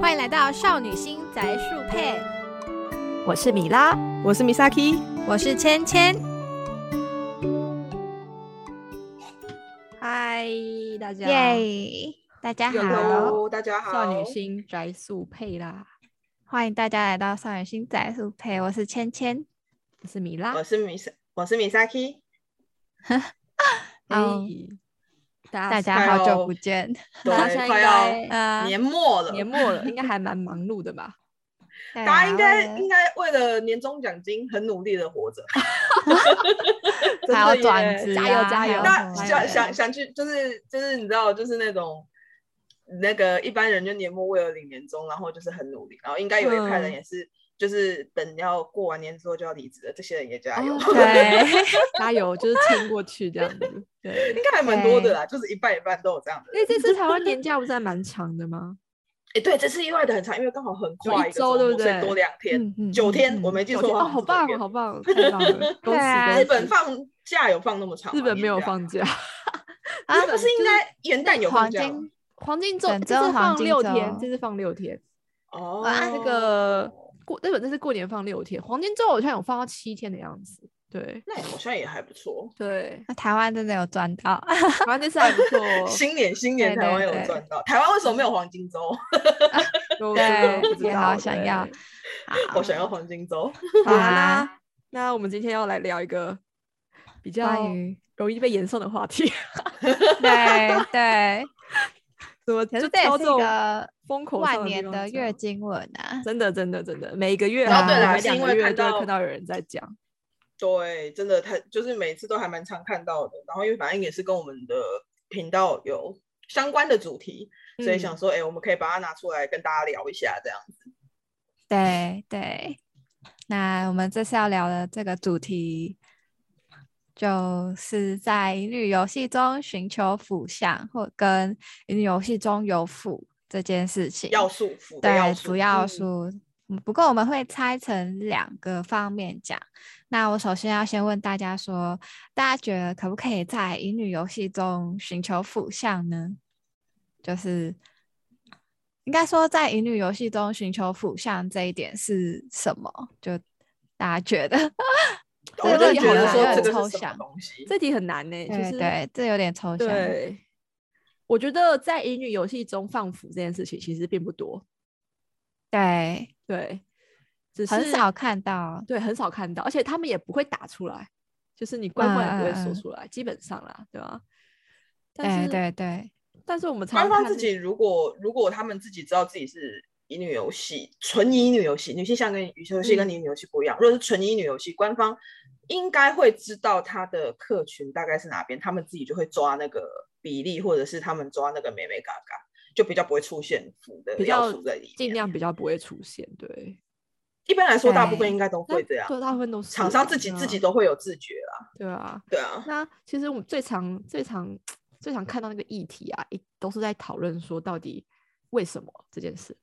欢迎来到少女心宅树配，我是米拉，我是 Misaki，我是芊芊。嗨，大家，耶！大家好， Hello，大家好，少女心宅速配啦，欢迎大家来到少女心宅树配，我是芊芊。我是米拉我，是米莎，我是 Misaki，哎哦嘿大大家家好久不见，对大家现在，快哦应要呃，年末了，年末了，应该还蛮忙碌的 吧？大大家应该应该为了年终奖金很努力的活着，哎真还的要转耶职啊，加油加油还那有什么想哎想想去，就是就是你知道，就是那种那个一般人就年末为了领年终，然后就是很努力，然后应该有一派嗯人也是，就是等要过完年之后就要离职的，这些人也加油，哦对， 加油，就是撑过去这样子。对，应该还蛮多的啦，就是一半一半都有这样的人。那这次台湾年假不是还蛮长的吗？哎，对，这次意外的很长，因为刚好很快一个周末对不所以对多两天，嗯嗯九天嗯我没记九错的天话哦，是好九棒天好 棒，太棒了！恭喜啊恭喜日本放假有放那么长吗？日本没有放年假，假， 日啊本不是应该元旦有黄放假吗金黄金周本这次周黄放金六天周，这次放六天。哦？啊那个哦过日本这次过年放六天，黄金周好像有放到七天的样子。对那好像也还不错，，对，那台湾真的有赚到，台湾这次还不错哦新年新年对台湾对有对赚到，台湾为什么没有黄金周？有对这个我不知也道好想要对我想要黄金周。好啦啊那那我们今天要来聊一个比较关于容易被延送的话题，对 对，怎么可就是这也挑是一中个风口上万的地年方的讲月经文啊，真的真的真的，每个月哦对啦每是两因个为月看都会到看到有人在讲，对，真的，他就是每次都还蛮常看到的。然后因为反正也是跟我们的频道有相关的主题，所以想说，哎、我们可以把它拿出来跟大家聊一下，这样子。对对，那我们这次要聊的这个主题，就是在乙女游戏中寻求辅相，或跟乙女游戏中有辅这件事情。要素，辅的对要，素，主要嗯说，嗯不过我们会拆成两个方面讲。那我首先要先问大家说，大家觉得可不可以在乙女游戏中寻求辅相呢？就是应该说，在乙女游戏中寻求辅相这一点是什么？就大家觉得这哦个我就问题觉好得难说有这点个抽是什么象东西？这题很难 呢，就对是对，这有点抽象。对，我觉得在乙女游戏中放腐这件事情其实并不多，对，对，只是很少看到。对很少看到，而且他们也不会打出来，就是你官方也不会嗯嗯说嗯出来，基本上啦，对吧、但对是，对对，但是我们常官方看自己如果如果他们自己知道自己是乙女游戏，纯乙女游戏，女性向跟女性游戏跟嗯乙女游戏不一样。如果是纯乙女游戏，官方应该会知道他的客群大概是哪边，他们自己就会抓那个比例，或者是他们抓那个美美嘎嘎，就比较不会出现腐的比要较素在里尽面。量比较不会出现，对，一般来说，大部分对应该都会这样。对，大部分都是厂商自己嗯自己，都会有自觉啦，对啊对啊，对啊。那其实我们最常、最常、最常看到那个议题啊，一都是在讨论说到底为什么这件事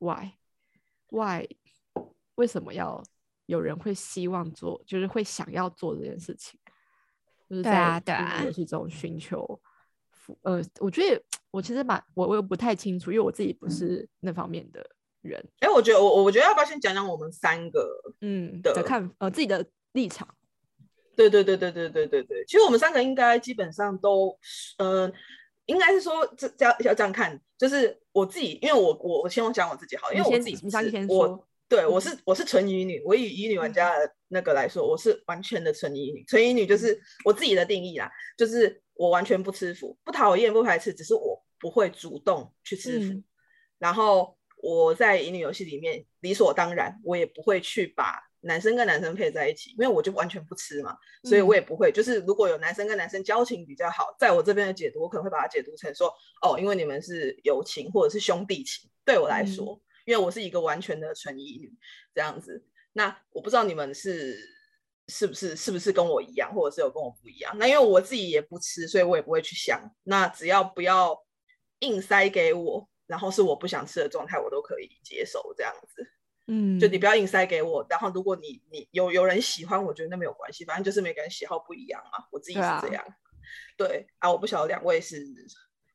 ，why，why，为什么要有人会希望做，就是会想要做这件事情，就是对在啊对乙女啊游戏中寻求服。呃，我觉得我其实蛮我我又不太清楚，因为我自己不是那方面的人，哎、我觉得我我觉得要不要先讲讲我们三个嗯的的看呃自己的立场，对对对对对对对对，其实我们三个应该基本上都，嗯、应该是说这这要要这样看，就是我自己，因为我我我先讲我自己好了，因你为我先自己你先是先我说对我是我是纯乙女，我以乙女玩家的那个来说，我是完全的纯乙女，纯乙女就是我自己的定义啦，就是我完全不吃腐，不讨厌不排斥，只是我不会主动去吃腐，嗯然后我在乙女游戏里面理所当然，我也不会去把男生跟男生配在一起，因为我就完全不吃嘛。所以我也不会，就是如果有男生跟男生交情比较好，在我这边的解读，我可能会把它解读成说，哦，因为你们是友情或者是兄弟情。对我来说，因为我是一个完全的纯乙女这样子。那我不知道你们是是不是是不是跟我一样，或者是有跟我不一样。那因为我自己也不吃，所以我也不会去想。那只要不要硬塞给我，然后是我不想吃的状态，我都可以接受这样子。嗯就你不要硬塞给我。然后如果你你有有人喜欢，我觉得那没有关系，反正就是每个人喜好不一样嘛。我自己是对啊这样。对啊，我不晓得两位是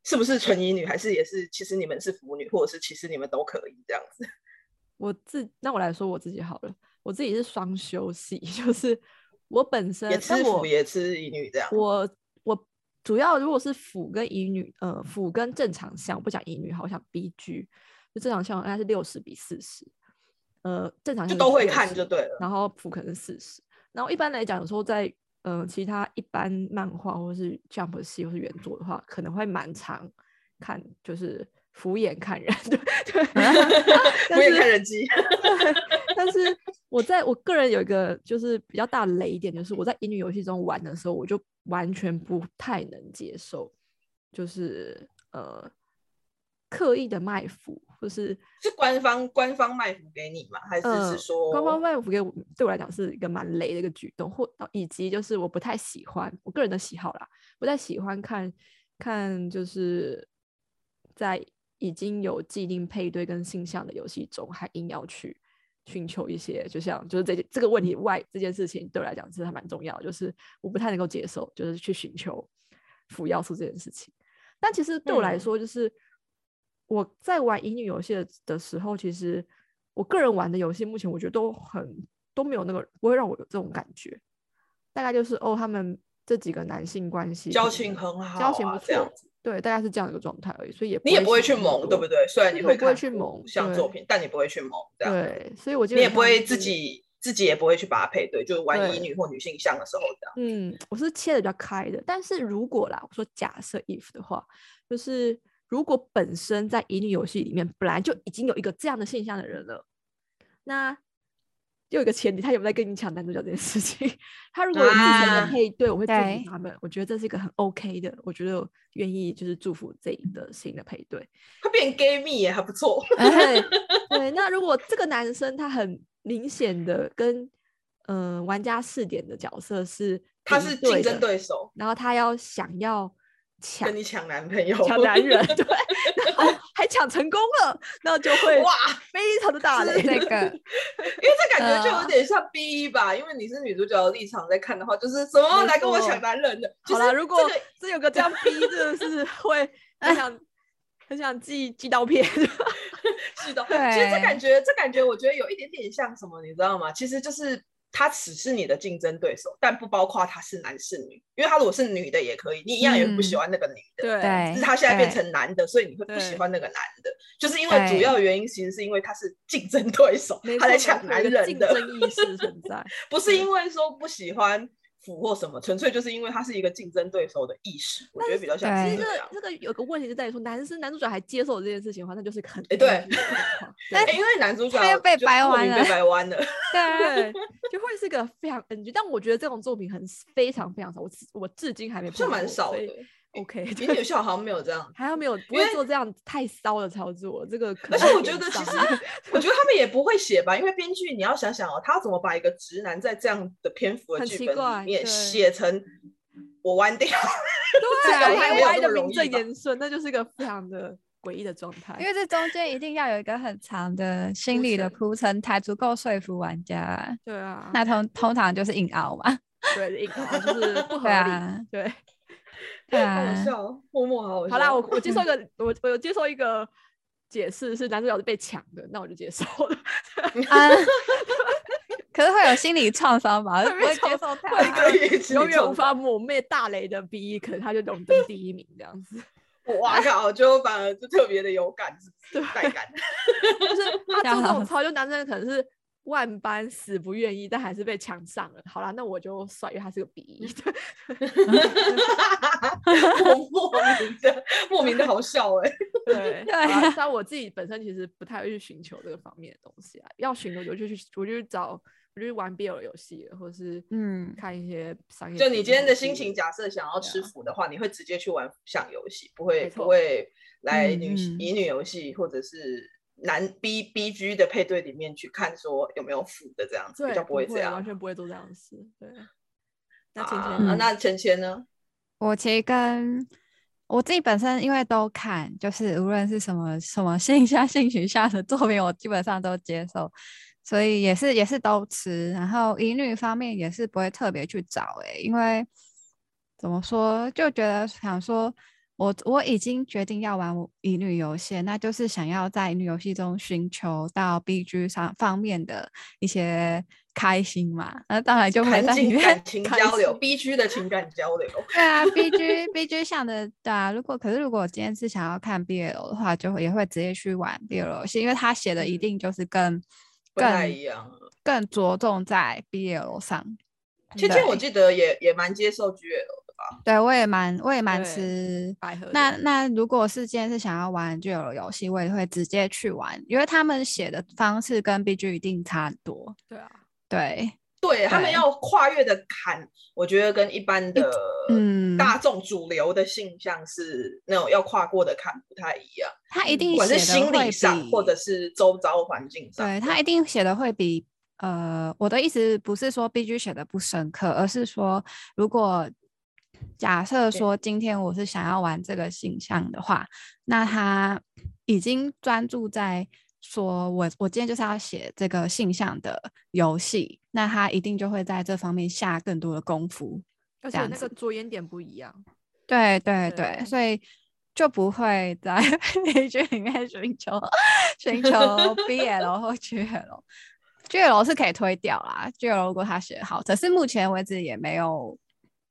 是不是纯乙女，还是也是其实你们是腐女，或者是其实你们都可以这样子。我自那我来说我自己好了，我自己是双休系， 就是我本身也呃但吃我腐也吃乙女这样。我我主要如果是腐跟乙女，呃，腐跟正常项，我不讲乙女好，我讲 B G，就正常项大概是六十比四十，呃，正常就项都是会看60就对了。然后普可能四十，然后一般来讲，有时候在呃其他一般漫画或是 Jump 系或是原作的话，可能会蛮长看，就是敷衍看人， 对 对。但我也是看人机， 但是我在我个人有一个就是比较大的雷点，就是我在乙女游戏中玩的时候，我就完全不太能接受，就是呃刻意的卖腐，或是是官方官方卖腐给你吗？还是嗯是说官方卖腐给我对我来讲是一个蛮雷的一个举动，或以及就是我不太喜欢我个人的喜好啦，不太喜欢看看就是在已经有既定配对跟性向的游戏中，还硬要去寻求一些，就像就是这这个问题外这件事情对我来讲是还蛮重要的，就是我不太能够接受，就是去寻求辅要素这件事情。但其实对我来嗯说，就是、我在玩乙女游戏的的时候，其实我个人玩的游戏，目前我觉得都很都没有那个不会让我有这种感觉。大概就是哦，他们这几个男性关系交可能情很好、啊，交情不这样错，对，大概是这样一个状态而已，所以也你也不会去想那么萌，对不多？对？虽然你对会我不会看去腐萌像对作品，但你不会去萌，这样对，所以我基啊你也本不会上自是，己自己也不会去把它配对，就是玩对乙女或女性向的时候这样。嗯，我是切的比较开的。但是如果啦，我说假设 if 的话，就是如果本身在乙女游戏里面本来就已经有一个这样的现象的人了，那又有一个前提，他有没有在跟你抢男主角这件事情？ 他如果有自成啊的配对，我会祝对福他们。我觉得这是一个很 OK 的，我觉得我愿意就是祝福这一个新的配 对。他变 gay 蜜也还不错，对对，那如果这个男生他很明显的跟嗯、呃玩家试点的角色是他敌是竞争的，对手，然后他要想 要抢跟你抢男朋友，抢男人， 对，然后还抢成功了，那就会 哇，非常的大是雷。这个因为这感觉就有呃嗯点像 B 吧，因为你是女主角的立场在看的话，就是怎么没来跟我错抢男人的？ 就好是啦，如果这个哎这有个这样逼，真的 是会很想很想寄寄刀 片。是的，其实这感觉，这感觉我觉得有一点点像什么，你知道吗？其实就是他只是你的竞争对手，但不包括他是男是女，因为他如果是女的也可以，你一样也不嗯喜欢那个女的。对对只是他现在变对成男的，所以你会不喜对欢那个男的，就是因为主对要原因其实是因为他是竞争对手没，他在错没抢错有男一个人竞的，争意识存 在。不是因为说不喜欢腐或什么，纯粹就是因为他是一个竞争对手的意识，我觉得比较像但这是对个这样。欸这个有个问题就在于说，男生男主角还接受这件事情的话，那就是很哎对悲剧的状 况哎啊因为男主角他又被就掰莫弯名了被掰弯了。对，对，就会是个非常 NG。但我觉得这种作品很非常非常少，我至我至今还没好碰像过，蛮少所的以。OK，比对女校好像没有这 样。还好没有不因会为做这样太骚的操作，这个可能而且会我觉延得其上实，我觉得他们也不会写吧，因为编剧你要想想哦，他怎么把一个直男在这样的篇幅的很剧奇本怪里面对写成我弯掉，对啊，这个还没有歪那的么容名易正吧言顺，那就是一个非常的诡异的状态。因为这中间一定要有一个很长的心铺理的陈铺陈，才足够说服玩家啊。对啊， 那通通常就是硬熬嘛，对，硬凹就是不合对理。啊，对，对好好啊，笑哦，默默好好笑。好啦，我我接嗯受一个，我我有接受一个解释是男主角是被抢的，那我就接受 了。啊， 可是会有心理创伤吧，我就会不被会接创受会他。可以永远无法抹灭大雷的 B，可能他就荣登第一名这样子。哇靠，就反而就特别的有感，是不是带感。 就是他做这笑种操，就男生可能是万般死不愿意，但还是被抢上了。好啦，那我就算，因为他是个 B，对我莫名的莫名的好笑哎、 对对好啦啊但我自己本身其实不太会去寻求这个方面的东西啊，要寻我就去，我就去找，我就去玩 BL 游戏了，或是嗯看一些商业。就你今天的心情，讲，假设想要对吃啊腐的话，你会直接去玩腐向游戏，不会没不错会来女嗯嗯乙女游戏或者是男 B B G 的配对里面去看说有没有腐的这样子，比对，较不会这样完。全不会做这样的事。对，那浅啊浅嗯那芊芊呢？我其实跟我自己本身因为都看，就是无论是什么什么性向、性取向的作品，我基本上都接受，所以也是也是都吃。然后乙女方面也欸是不会特别去找诶、因为怎么说，就觉得想说。我我已经决定要玩我乙女游戏，那就是想要在乙女游戏中寻求到 B G 上方面的一些开心嘛。那当然就会谈在里情面感情开交心流，B G 的情感交流，对啊，B G B G 向的对啊，如果可是如果我今天是想要看 BL 的话，就会也会直接去玩 BL 游戏，因为他写的一嗯定就是更不太更一样。更着重在 BL 上。芊对芊，我记得也也蛮接受 G L 的吧？对我也蛮我也蛮对吃百合那的那如果是今天是想要玩就有游戏，我也会直接去玩，因为他们写的方式跟 B G 一定差很多。对啊，对，对他们对要跨越的坎，我觉得跟一般的嗯，大众主流的性向是那种要跨过的坎不太一样，他一嗯定不管是写的心会理上比或者是周遭环境上。对他一定写的会比呃，我的意思不是说 B G 写的不深刻，而是说如果假设对说今天我是想要玩这个形象的话，那他已经专注在说我我今天就是要写这个性向的游戏，那他一定就会在这方面下更多的功夫。这而且样那个着眼点不一样，对对对对，所以就不会在 A 剧里面寻求寻求 BL 或 GL。GL 是可以推掉啦，GL 如果他写得好，可是目前为止也没有。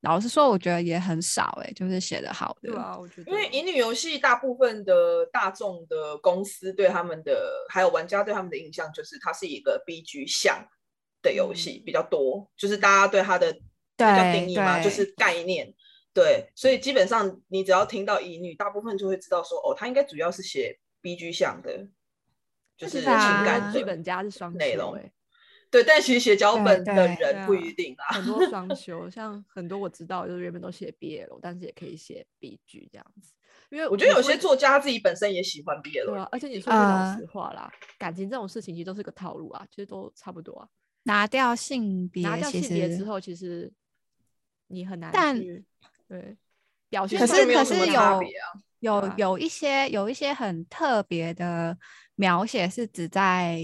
老实说，我觉得也很少诶、就是写的好的对。啊，我觉得因为乙女游戏大部分的大众的公司对他们的，还有玩家对他们的印象，就是它是一个 B G 项的游戏、比较多，就是大家对它的那叫对定义嘛，对就是概念。对，所以基本上你只要听到乙女，大部分就会知道说，哦，它应该主要是写 B G 项的，就但是其实情我大觉得感家的啊剧本家是双内修容欸对，但其实写脚对本的对对人不啊一定啊。很 多双修，像很多我知道就是原本都写 BL，但是也可以写 BG 这样子，因为我觉得你有说些作家自己本身也喜欢 BL，对啊，而且你说句老呃实话啦，感情这种事情其实都是个套路啊，其实都差不多啊。拿掉性别，拿掉其性别之实后，其实你很难但去对表现可上是就没有可什是么有差别啊有、对啊有一些有一些很特别的描写是只在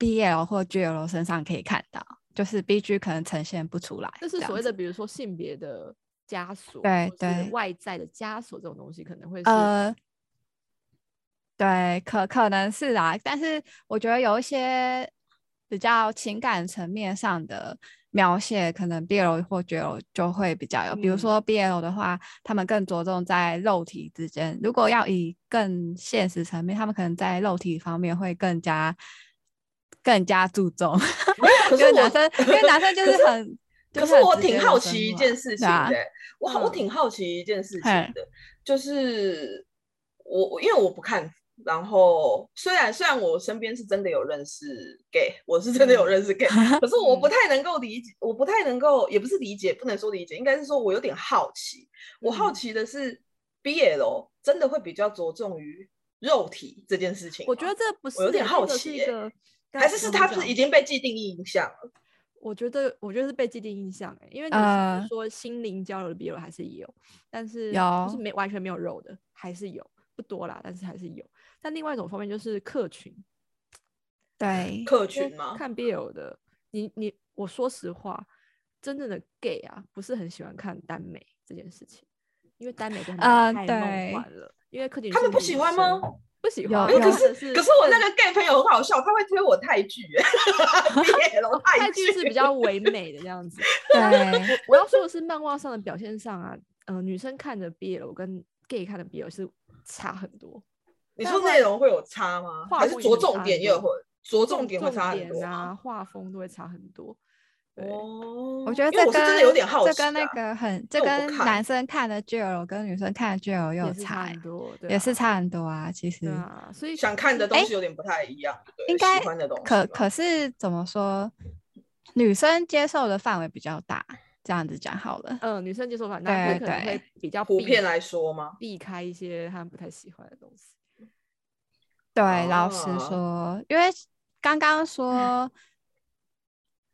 BL 或 GL 身上可以看到，就是 BG 可能呈现不出来。这是样所谓子的，比如说性别的枷锁，对或是对外在的枷锁这种东西，可能会是呃，对，可可能是啦、但是我觉得有一些比较情感层面上的描写，可能 BL 或 GL 就会比较有。比如嗯说 BL 的话，他们更着重在肉体之间；如果要以更现实层面，他们可能在肉体方面会更加更加注重， 可因是为 我男生，因为男生就可是是很。就可是很我直挺接好的生奇一活件事情对的啊欸、我好，我嗯挺好奇一件事情嘿的，就是我我因为我不看，然后虽然虽然我身边是真的有认识 gay，我是真的有嗯认识 gay，、可是我不嗯太能够理解，我不太能够，也不是理解，不能说理解，应该是说我有点好奇。我好嗯奇的是，BL 真的会比较着重于肉体这件事情吗？我觉得这不是欸，我有点好这个奇是一耶个该还是怎么是它是讲已经被既定印象了。我觉得，我觉得是被既定印象哎、因为你是呃说心灵交流的 BL 还是有，但是就是有没完全没有肉的还是有，不多啦，但是还是有。但另外一种方面就是客群，对，客因为群吗？看 BL 的，你你我说实话，真正的 gay 啊，不是很喜欢看耽美这件事情，因为耽美对他呃们来讲太对梦幻了，因为客群他是们不女喜欢吗哎生？不喜有欢，有或可者可是更我那个 gay 朋友很好笑，他会推我泰 剧、欸，BL 泰泰剧是比较唯美的这样子。对，我要说的是，漫画上的表现上啊，呃，女生看的 BL 跟 gay 看的 BL 是差很多， 你但说会内容会有差吗？画还是风也着会差重点很也有会多着重重点会差很点多啊，？画风都会差很多。对，哦，我觉得因为这我跟是真的有点好奇、啊，这跟那个很，这因为我不跟看男生看的 GL 跟女生看的 GL 又也有是差差欸、很多，对也是啊差很多啊。其实对啊，所以想看的东哎西有点不太一样，对应该喜欢的东西可嘛可是怎么说，女生接受的范围比较大，这样子讲好了。嗯、呃女生接受反那对我可能对会比较普避遍来说吗？避开一些他们不太喜欢的东西。对，老实哦说，因为刚刚说，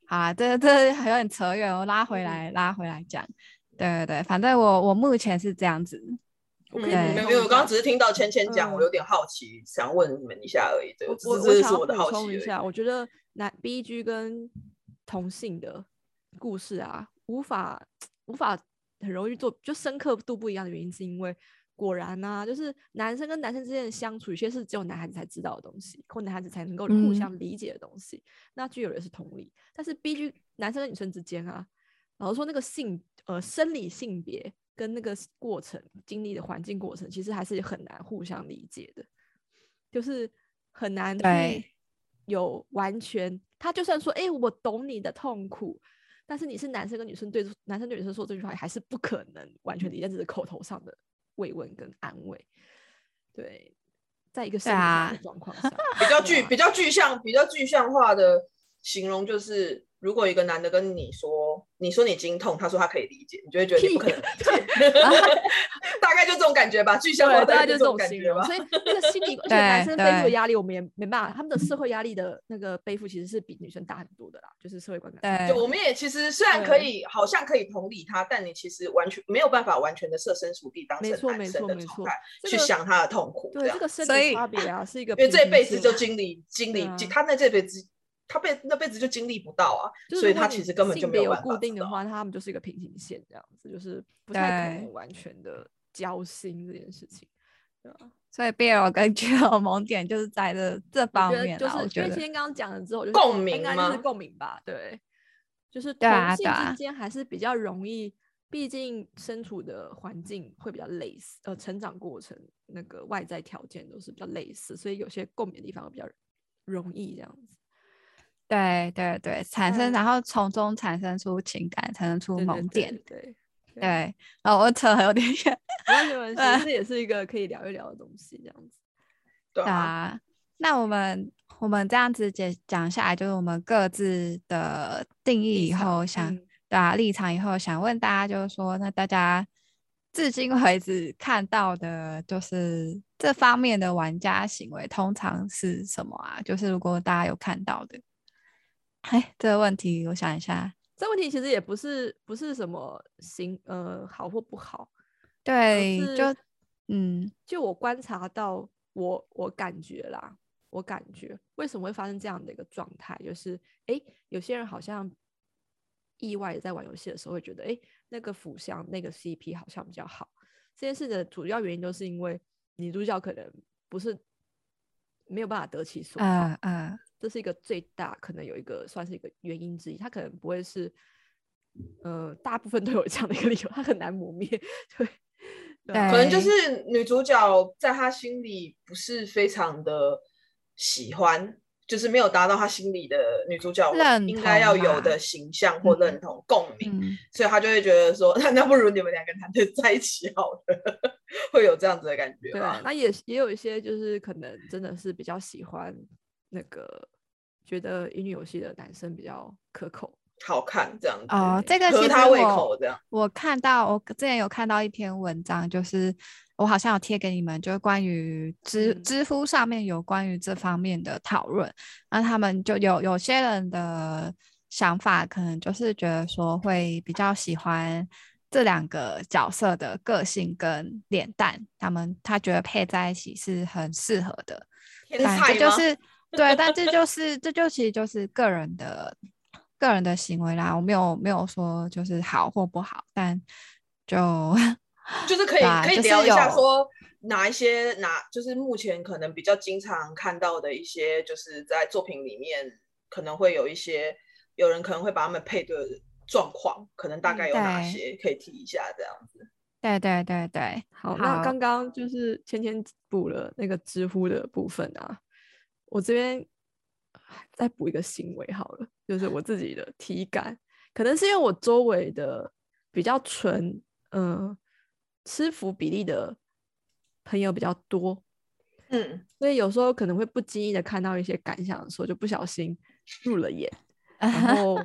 啊，这这还有点扯远哦，我拉回嗯来拉回来讲。对对对，反正我我目前是这样子。我可以嗯，补没有，充没有，一我刚刚下只是听到芊芊讲，嗯我有点好奇，想问你们一下而已。对，我只我是我这想是要我的补好充奇一而已。下，我觉得男 B G 跟同性的故事啊，无法无法很容易做，就深刻度不一样的原因，是因为果然呐、就是男生跟男生之间的相处，有些是只有男孩子才知道的东西，或男孩子才能够互嗯相理解的东西。那具有的是同理，但是毕竟男生跟女生之间啊，老实说，那个性呃生理性别跟那个过程经历的环境过程，其实还是很难互相理解的，就是很难对去有完全。他就算说，哎、我懂你的痛苦，但是你是男生跟女生对男生对女生说这句话，还是不可能完全理解，只是口头上的慰问跟安慰。对，在一个生理上啊的状况下，比较对具啊比较具象比较具象化的形容就是，如果一个男的跟你说，你说你经痛，他说他可以理解，你就会觉得你不可能理解， 大概就这种感觉吧，具象化对，大大概概就这这种种感形觉容。吧。所以那个心 理，而且男对生背负的对压力我们也没办法，他们的社会压力的那个背负其实是比女生大很多的啦，就是社会观感。对就我们也其实虽然可以，好像可以同理他，但你其实完全没有办法完全的设身处地当成没错男生没错的没状错态这去个想他的痛苦，这对，样这。个生所理以差别啊，是一个因为平这行辈子线就啊经历经历对啊，他那这辈子他辈那辈子就经历不到啊，就是所以如果他你其实根本就性没别有办法固知定的道话，他们就是一个平行线这样子，就是不太可对能完全的交心这件事情。所以 BL 跟 GL 萌点就是在这这我方觉面得就啦，是我觉因为得今天刚刚讲了之后，我就是共哦鸣应该就是吗共鸣吧？对，就是对同啊性对啊之间还是比较容易，毕竟身处的环境会比较类似，呃，成长过程那个外在条件都是比较类似，所以有些共鸣的地方会比较容易这样子。对对对，产生嗯然后从中产生出情感，产生出对对萌对点。对，对对，啊然后我扯得有点 远没关系没关对系，这也是一个可以聊一聊的东西，这样子。对啊，啊。那我们我们这样子解讲下来，就是我们各自的定义立以场后想嗯对啊立场以后，想问大家就是说，那大家至今为止看到的，就是这方面的玩家行为通常是什么啊？就是如果大家有看到的，哎，这个问题我想一下，这问题其实也不是不是什么行呃好或不好，对，是就嗯，就我观察到，我我感觉啦，我感觉为什么会发生这样的一个状态，就是诶，有些人好像意外的在玩游戏的时候会觉得，诶，那个腐香那个 CP 好像比较好。这件事的主要原因就是因为女主角可能不是没有办法得其所好，呃呃，这是一个最大可能有一个算是一个原因之一，他可能不会是，呃，大部分都有这样的一个理由，他很难磨灭， 对，对啊可能就哎是女主角在他心里不是非常的喜欢，就是没有达到他心里的女主角认应该要同有啦的形象或嗯认同共鸣，嗯，所以他就会觉得说， 那那不如你们两个男的在一起好了， 会有这样子的感觉对吧啊，？那也也有一些就是可能真的是比较喜欢那个觉得乙女游戏的男生比较可口，好看这样子，哦，这个其合实他胃我口这样。我看到我之前有看到一篇文章，就是我好像有贴给你们，就是关于知嗯知乎上面有关于这方面的讨论，那他们就有有些人的想法，可能就是觉得说会比较喜欢。这两个角色的个性跟脸蛋，他们他觉得配在一起是很适合的，天但菜哎这就吗？是对，但这就是这就其实就是个人的个人的行为啦，我没有没有说就是好或不好，但就就是可以、对啊可以就是聊一下有说哪一些哪就是目前可能比较经常看到的一些，就是在作品里面可能会有一些有人可能会把他们配对的状况，可能大概有哪嗯对些可以提一下这样子。对对对对，好，那好刚刚就是芊芊补了那个知乎的部分啊，我这边再补一个行为好了，就是我自己的体感，可能是因为我周围的比较纯，嗯，吃服比例的朋友比较多，嗯，所以有时候可能会不经意的看到一些感想的时候，就不小心入了眼，然后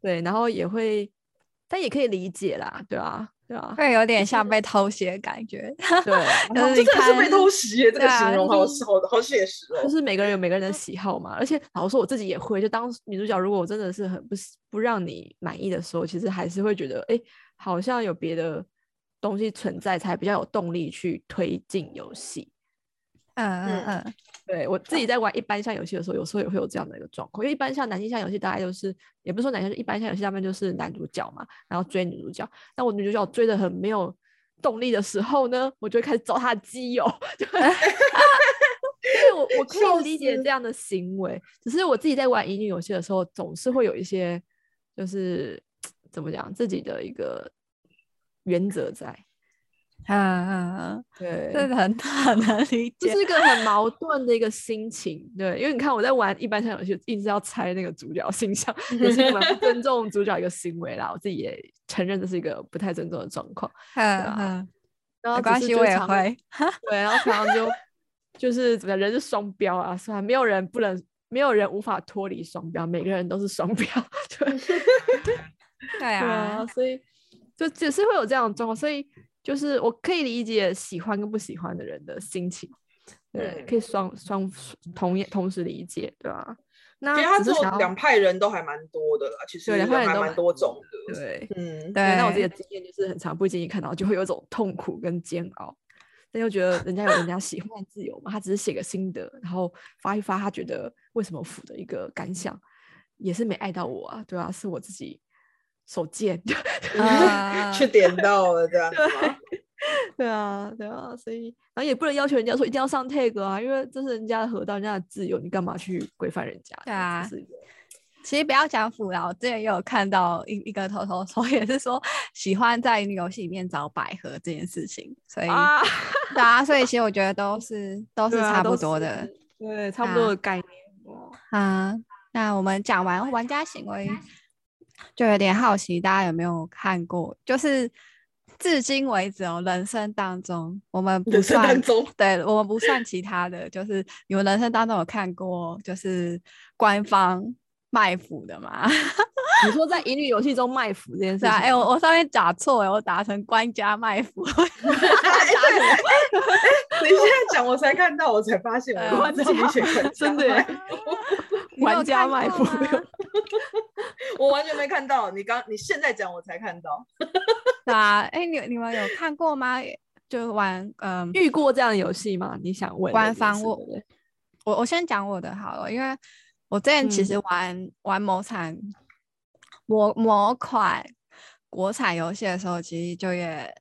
对，然后也会，但也可以理解啦，对啊，对啊， 会有点像被偷袭的感觉。对。呃可是嗯这你真的是被看偷袭耶，这对个啊形容就好是好好写实哦 就。是每个人有每个人的喜好嘛，而且老实说，我自己也会。就当女主角如果我真的是很不喜不让你满意的时候，其实还是会觉得，哎、好像有别的东西存在，才比较有动力去推进游戏。嗯嗯嗯嗯，对我自己在玩一般像游戏的时候，有时候也会有这样的一个状况，因为一般像男性向游戏大概就是，也不是说男性，一般像游戏大部分就是男主角嘛，然后追女主角。但我女主角追的很没有动力的时候呢，我就会开始找他的基友，就 会对我我可笑以理解死这样的行为，只是我自己在玩乙女游戏的时候，总是会有一些就是怎么讲自己的一个原则在，嗯嗯嗯，对真的很很难理这解。嗯是一个很矛盾的一个心情，对，因为你看我在玩一般小游戏，一直要猜那个主角形象，也是一个蛮 不尊重主角一个行为啦。我自己也承认这是一个不太尊重的状况。嗯啊嗯，然后没只关是系，就我也常会。对，然后常常就就是怎么样，人是双标啊，是吧？没有人不能，没有人无法脱离双标，每个人都是双标，对。对对啊啊，，所以就只是会有这样的状况，所以就是我可以理解喜欢跟不喜欢的人的心情，对，可以双双同同时理解，对吧、那其实他只之是后想要两派人都还蛮多的啦，其实对两派人还都蛮蛮多种的。对。嗯， 对，那我自己的经验就是，很常不经意看到，就会有一种痛苦跟煎熬，但又觉得人家有人家喜欢的自由嘛，他只是写个心得，然后发一发他觉得为什么腐的一个感想，也是没爱到我啊，对啊，是我自己手贱， 啊去点到了这样子吗？对啊，对啊，所以然后也不能要求人家说一定要上 tag 啊，因为这是人家的河道，人家的自由，你干嘛去规范人家？对这样啊子是一个其实不要讲腐啦，我之前也有看到一一个头头说， 也是说喜欢在游戏里面找百合这件事情，所以、啊，对啊，所以其实我觉得都是都是对啊差不都多是的对，差不啊多的概念哦。啊、那我们讲完玩家行为，就有点好奇大家有没有看过，就是至今为止哦，人生当中我们不人 生算当中，对我们不算其他的，就是你们人生当中有看过就是官方卖腐的吗？你说在乙女游戏中卖腐这件事是情啊，吗，哎、我我上面打错了，我打成官家卖腐， 你现在讲我才看到，我才发现对我关自己家写关哎真家 的耶麦你有玩家看卖过腐，吗我完全没看到。你刚你现在讲我才看到，对 啊，哎、你你们有看过吗？就玩嗯，遇过这样的游戏吗？你想问的官意思方对我不对我我先讲我的好了，因为我之前其嗯实玩、玩某产某某款国产游戏的时候，其实就也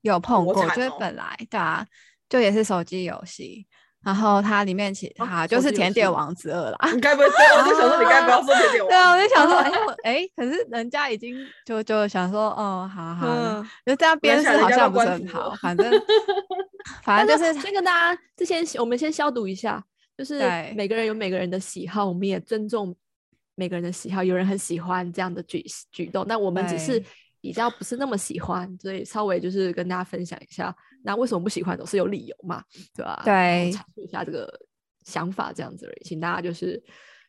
有碰国过，产就是哦本来对啊，就也是手机游戏，然后它里面其实哦它、就手是机《游甜点戏王之二》啦，啊你该不会对我就想说你该不要说这点我对啊，我就想说，哎、我哎、可是人家已经就就想说，哦，好好，那嗯，就这样编下是人好家像都不是官很服好了，反正反正就但是是先跟大家，这先我们先消毒一下，就是对每个人有每个人的喜好，我们也尊重每个人的喜好。有人很喜欢这样的举举动，但我们只是对比较不是那么喜欢，所以稍微就是跟大家分享一下，那为什么不喜欢总是有理由嘛，对吧、然后对阐述一下这个想法这样子而已，请大家就是。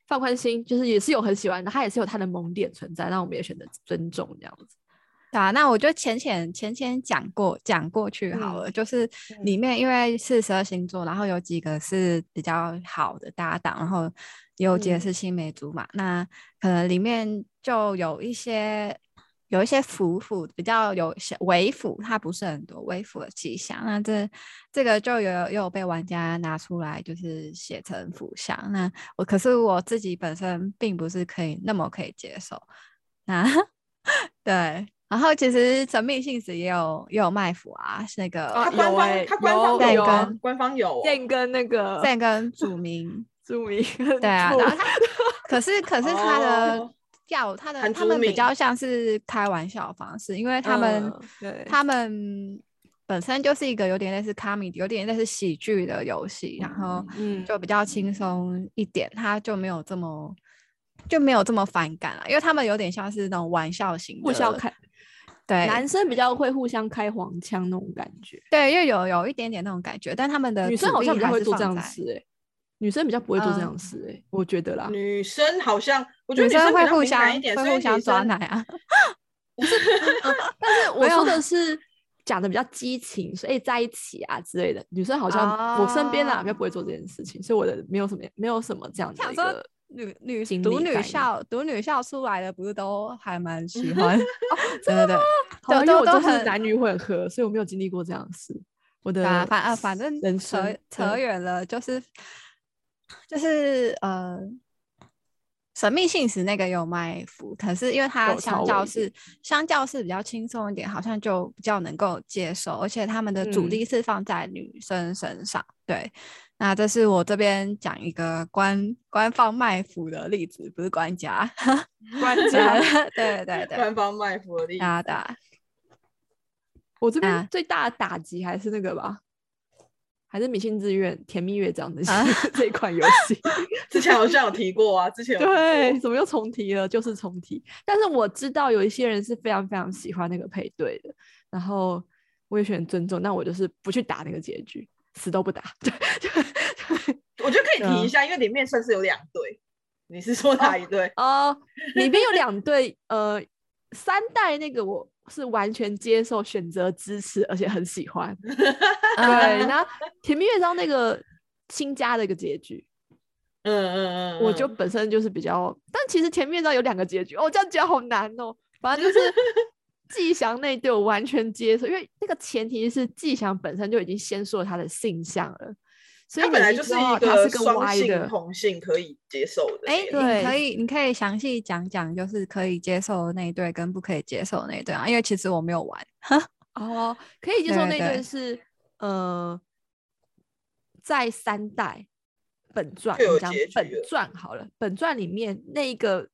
放宽心，就是也是有很喜欢的，他也是有他的萌点存在，那我们也选择尊重这样子。对啊，那我就浅浅浅浅讲过讲过去好嗯了，就是里面因为是十二星座，然后有几个是比较好的搭档，然后也有几个嗯是青梅竹马，那可能里面就有一些有一些腐腐比较有些微腐，它不是很多微腐的迹象，那这这个就有又有被玩家拿出来就是写成腐相，那我可是我自己本身并不是可以那么可以接受， 那对。然后其实神秘性质也有也有卖腐啊，是那个他啊官有方欸他官方有有啊有官方有哦，建跟那个在跟祖明 著名，对啊，然后他可是可是他的哦要他的韩他珠们比敏较像是开玩笑的方式，因为他们嗯对他们本身就是一个有点类似 comedy，有点类似喜剧的游戏，然后嗯就比较轻松一点，他就没有这么。就没有这么反感啊了，因为他们有点像是那种玩笑型的，互相开，对男生比较会互相开黄腔那种感觉，对，又有有一点点那种感觉，但他们的女生主好像呃力比较还会是做这放样的在事哎、女生比较不会做这嗯样的事哎、我觉得啦，女生好像我觉得女生比会较互敏相感一点，所会以互相女抓生奶啊，但是我没有说的是啊讲的比较激情，所以在一起啊之类的，女生好像、我身边啊啦比较不会做这件事情，所以我的没有什么没有什么这样的想一说个。女 女经读历概女念校读女校出来的不是都还蛮喜 欢？哦对对对，好都啦因为都我都都是很男女混合，所以我没有经历过这样的事。我的啊，反啊反正人扯生扯对远了，就是就是呃，神秘信使那个有埋伏，可是因为它有稍相微较一点是相较是比较轻松一点，好像就比较能够接受，而且他们的主嗯力是放在女生身上。对，那这是我这边讲一个官官方卖腐的例子，不是官家。官家对对对对，官方卖福利，大家我这啊边最大的打击还是那个吧，还是《迷信志愿》《甜蜜乐章》啊 这这一款游戏。之前好像有提过啊，之前有提过对，怎么又重提了？就是重提。但是我知道有一些人是非常非常喜欢那个配对的，然后我也选尊重，但我就是不去打那个结局，死都不打。 对对我觉得可以对啊提一下，因为里面算是有两对，你是说哪一对？哦，里面有两对，呃，三代那个我是完全接受、选择支持，而且很喜欢。对，嗯那《甜蜜乐章》那个新加的一个结局，嗯嗯嗯，我就嗯本身就是比较，但其实前面上有两个结局哦，这样讲好难哦。反正就是 季翔那一对我完全接受，因为那个前提是季翔本身就已经先说了他的性向了，所以他你本来已经就知是道一他是个双 Y 性的，同性可以接受的哎，那你种，对可以，你可以详细讲讲，就是可以接受的那一对跟不可以接受的那一对啊，因为其实我没有玩。哦，可以接受对那一对对是呃，在三代本传，就我有们讲结局本了传好了，本传里面那一个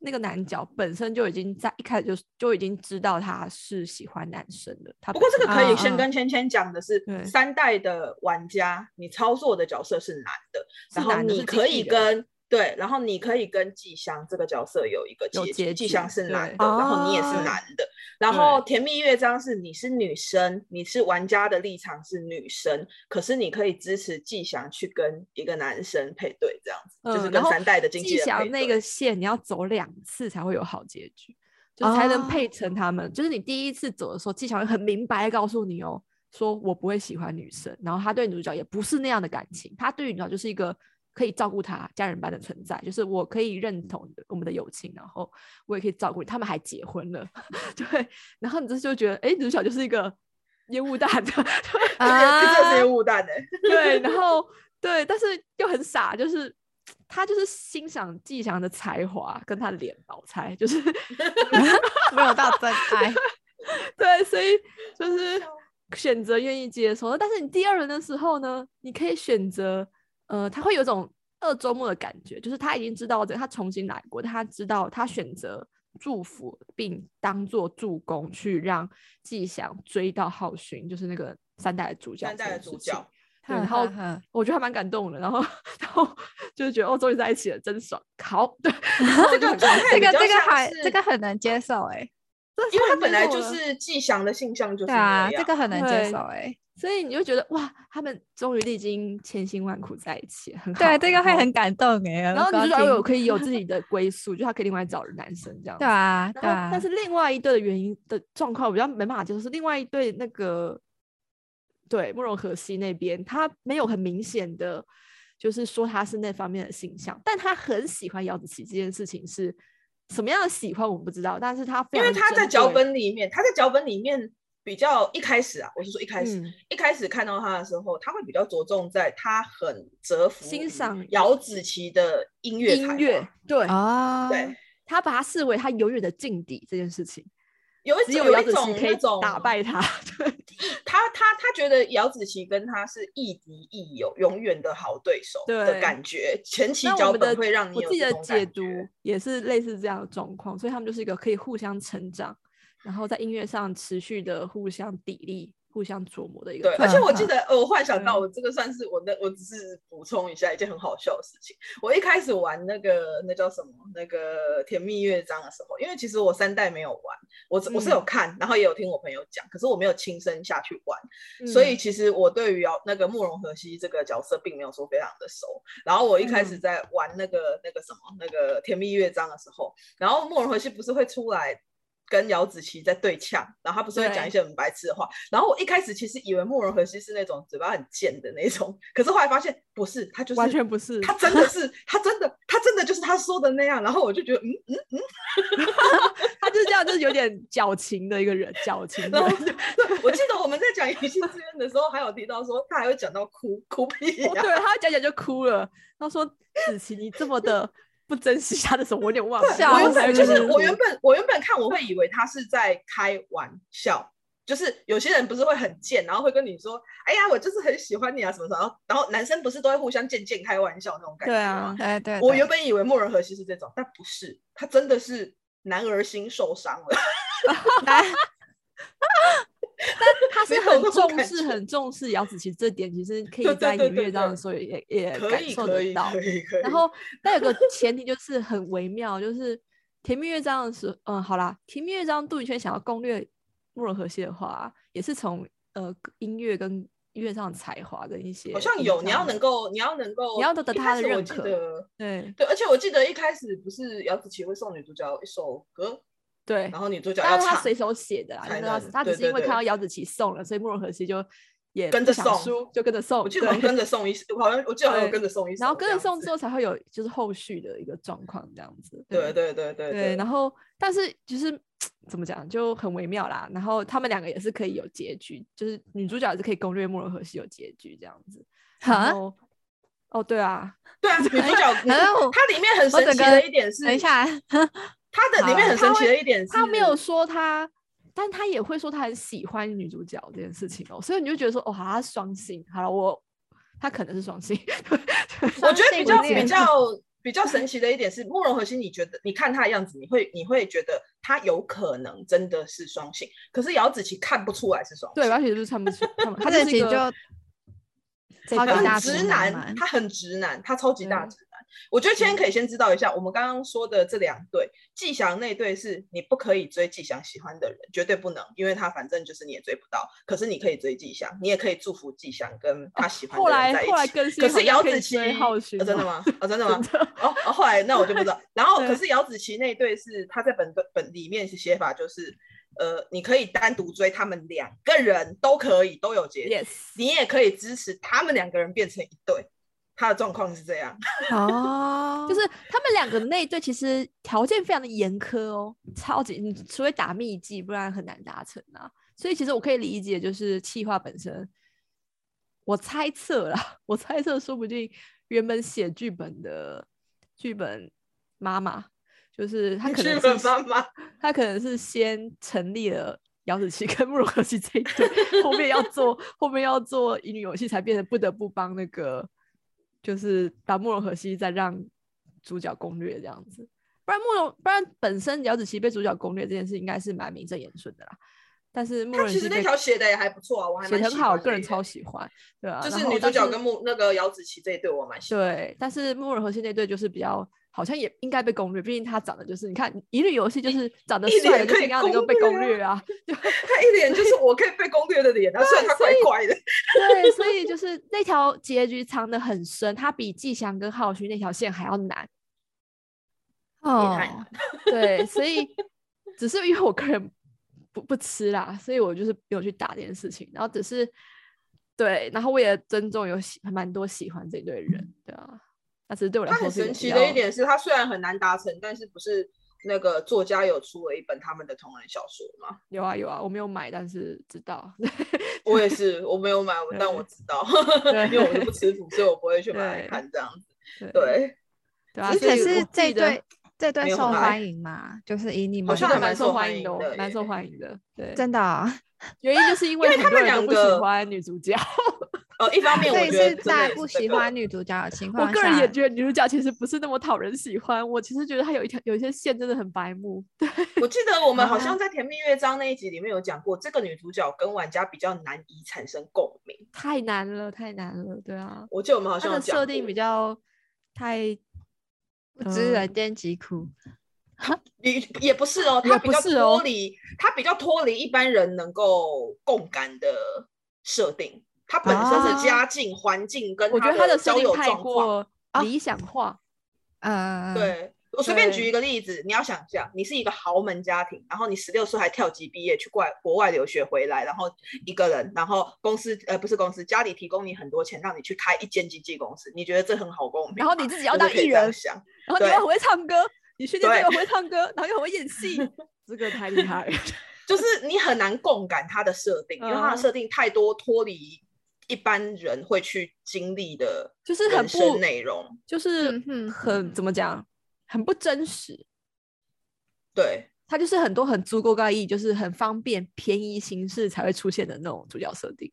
那个男角本身就已经在一开始就就已经知道他是喜欢男生的，他不本过这个身可以啊先啊跟芊芊讲的是，嗯对三代的玩家，你操作的角色是男的，是然后男的你是机可器以人跟对，然后你可以跟季香这个角色有一个有结结局，季香局是男对的，然后你也是哦男的，然后甜蜜乐章是你是女生，你是玩家的立场是女生，可是你可以支持季香去跟一个男生配对，这样子、嗯，就是然跟后三代的经纪季人翔配那对个线你要走两次才会有好结局，就是才能哦配成他们。就是你第一次走的时候，季翔会很明白的告诉你哦，说我不会喜欢女生，然后他对女主角也不是那样的感情，他对女主角就是一个可以照顾他家人般的存在，就是我可以认同你的我们的友情，然后我也可以照顾你。他们还结婚了， 对，然后你这就觉得，哎，女主角就是一个烟雾弹的。 这啊这是烟雾弹的、 对，然后对，但是又很傻，就是他就是欣赏季翔的才华跟他的脸吧，我猜就是 没有到 真爱。对，所以就是选择愿意接受。但是你第二轮的时候呢，你可以选择，呃，他会有种二周目的感觉，就是他已经知道这个，他重新来过，但他知道他选择祝福并当做助攻去让季翔追到浩勋，就是那个三代的主角三这件代事情。的主角，对，哼然后哼哼我觉得还蛮感动的，然后 然后就是觉得哦，终于在一起了，真爽。好， 对，然后我就很开心这比个较这个像还这是个很能接受哎、这因为太他本接来受就了是季翔的性向就是对那啊，样，这个很能接对受哎、所以你就觉得哇，他们终于历经千辛万苦在一起，很好。对，这个然会后很。感动哎、然后你你就觉得有可以有自己的归宿，就他可以另外找男生这样。对。啊，对然后啊，，但是另外一对的原因的状况，我比较没办法接受，是另外一对那个对慕容河西那边，他没有很明显的，就是说他是那方面的形象，但他很喜欢姚子琪这件事情是什么样的喜欢我们不知道，但是他非因为常他在针脚对，嗯本里面，他在脚本里面比较一开始啊，我是说一开始、嗯，一开始看到他的时候，他会比较着重在他很折服欣于赏姚子琪的音乐才华音乐，对，哦，对，他把他视为他永远的劲敌这件事情，有一只种姚有一子琪种可那以种打败他，对。他他他觉得姚子琪跟他是亦敌亦友，永远的好对手的对感觉。前期那脚我们本的会让你我有自己这的种解感读觉。也是类似这样的状况，所以他们就是一个可以互相成长，然后在音乐上持续的互相砥砺、互相琢磨的一对个，状而态。且我记嗯得，呃我幻想到对我这个算是我的，我只是补充一下一件很好笑的事情。我一开始玩那个那叫什么那个《甜蜜乐章》的时候，因为其实我三代没有玩，我只我是有嗯看，然后也有听我朋友讲，可是我没有亲身下去玩，所嗯以其实我对于姚那个慕容和熙这个角色并没有说非常的熟。然后我一开始嗯在玩那个、那个什么那个《甜蜜乐章》的时候，然后慕容和熙不是会出来跟姚子琪在对呛，然后他不是会讲对一些很白痴的话。然后我一开始其实以为慕容和熙是那种嘴巴很贱的那种，可是后来发现不是，他就是嗯完全不是他真的是他真的他真的就是他说的那样。然后我就觉得嗯 嗯，他就是这样，就是有点矫情的一个人，矫情的然后 人。对我记得我们在讲隐性志愿的时候，还有提到说他还会讲到哭哭屁、哦呀。对，他讲讲就哭了，他说：“子琪，你这么的不珍惜他的时候，我有点忘了。笑我原本就死是我原本我原本看我会以为他是在开玩笑，就是有些人不是会很贱，然后会跟你说：“哎呀，我就是很喜欢你啊，什么什么。”然后然后男生不是都会互相贱贱开玩笑那种感觉对吗对啊？对，我对原本以为莫仁和熙是这种，但不是，他真的是男儿心受伤了。但但他是没有很那种重感视、觉很重视姚子琪这点，其实可对以对在对音对乐上对的时候也也可感以受可得以到可。以可以。然后，但有个前提就是很微妙，就是《甜蜜乐章》的时候，嗯，好啦，《甜蜜乐章》杜宇轩想要攻略慕容和谐的话，也是从呃音乐跟音乐上的才华跟一些好像影有，你响要的能够，你要能够，你要得到一他开的始我认记可得，对对，而且我记得一开始不是姚子琪会送女主角一首歌，对然，后女主角要当然他唱，随手写的啦，就才是他能他只对是因为对看对到姚子琪送了，所以慕容和谐就也跟不着想送输，就跟着送，我记得好像对跟着送一，我好像我记得好像有对跟着送一首这然样后子，跟着送之后才会有就是后续的一个状况这样子。对对对对对，然后但是就是怎么讲就很微妙啦。然后他们两个也是可以有结局，就是女主角也是可以攻略慕容和熙有结局这样子。哈然后哦，对啊，对啊，女主 角，女主然后我它里面很我神整奇个的一点是，等一下， 它的里好面很他神奇会的一点是，他没有说他，但他也会说他很喜欢女主角这件事情哦，所以你就觉得说哦，好他是双性，好了，我他可能是双性， 我觉双得比性较恋比较比较神奇的一点是，慕容核心，你觉得你看他的样子，你会你会觉得他有可能真的是双性，可是姚子琪看不出来是双性，对，而且就是看不出，看不他他就这是集一就个这超级个大他很直直男嘛男，他很直男，他超级大对直男。我觉得今天可以先知道一下，我们刚刚说的这两对，季翔那对是你不可以追季翔喜欢的人，绝对不能，因为他反正就是你也追不到。可是你可以追季翔，你也可以祝福季翔跟他喜欢哦后的人来在一后来起。更新可好是像姚可以子琪，追浩哦勋真的哦？吗？啊，真的吗真？的哦，哦后来那我就不知道。然后 对可是姚子琪那一对是他在本本里面是写法就是，呃，你可以单独追他们两个人都可以，都有结局。 ，yes。你也可以支持他们两个人变成一对。他的状况是这样，哦，就是他们两个的那一对，其实条件非常的严苛哦，超级，你除非打秘技，不然很难达成啊。所以其实我可以理解，就是企划本身，我猜测啦， 我猜测说不定原本写剧本的剧本妈妈，就是她可剧能 本是妈妈他可能是先成立了姚子琪跟慕 容和熙这一对，后面要做后面要做乙女游戏，才变得不得不帮那个，就是把慕容和熙再让主角攻略这样子。不然慕容，不然本身姚子琪被主角攻略这件事，应该是蛮名正言顺的啦。但是慕他容其熙实被那条写的也还不错啊，我还写蛮的很喜好，欢我个人的超喜欢，对啊，就是然后女主但角跟木那个姚子琪这一对，我蛮喜欢。对，但是慕容和熙那对就是比较。好像也应该被攻略，毕竟他长得就是你看一律游戏就是长得一帅的，脸就可是以应该能够被攻攻略啊略啊。 他一脸就是我可以被攻略的脸啊，虽然他怪 怪的，对，所以就是那条结局藏得很深，它比季翔跟浩勋那条线还要难。哦，太难 对，所以只是因为我个人不不吃啦，所以我就是没有去打这件事情。然后只是对，然后我也尊重有喜蛮多喜欢这一队人，对啊。那只是对我来他说很是神比奇的一较点是，他虽然很难达成，但是不是那个作家有出了一本他们的同人小说吗？有啊有啊，我没有买，但是知道。 我也是，我没有买，我但我知道， 因为我就不吃腐，所以我不会去买来对看这样子。对对，对啊，而所可以是我自这己的对这对没有受很爱欢迎嘛，就是以你们我觉好像得还蛮蛮受受欢欢迎迎的哦，的蛮耶受欢迎的。对，真的哦，原因就是因为因很为他多们人都两不喜个欢女主 角。呃，一方面所我以觉得是真的在也不是这喜个欢女主角的情我况下，个人也觉得女主角其实不是那么讨人喜欢，我其实觉得她有一条有一些线真的很白目。对，我记得我们嗯好啊像在《甜蜜乐章》那一集里面有讲过，这个女主角跟玩家比较难以产生共鸣。太难了，太难了，对啊，我记得我们好她像有的讲设定比过较太不知哎嗯人间疾苦。也也不是哦，也她比不较是哦脱离，她比较脱离一般人能够共感的设定。她本身啊是家境、环境跟我觉得她她的设交定友太状况。啊过理想化，呃，，对我随便举嗯对一个例子，你要想一下，你是一个豪门家庭，然后你十六岁还跳级毕业去国外国外留学回来，然后一个人，然后公司呃不是公司，家里提供你很多钱，让你去开一间经纪公司，你觉得这很好共鸣吗？然后你自己我要就当可以艺这样人，想，然后你对又很会唱歌，你学姐对又很会唱歌，然后又很会演 戏，这个太厉害了。就是你很难共感它的设定，因为它的嗯设定太多脱离一般人会去经历的就是很人不生内容。就是嗯哼很怎么讲，很不真实。对，它就是很多很足够高意义，就是很方便、便宜形式才会出现的那种主角设定。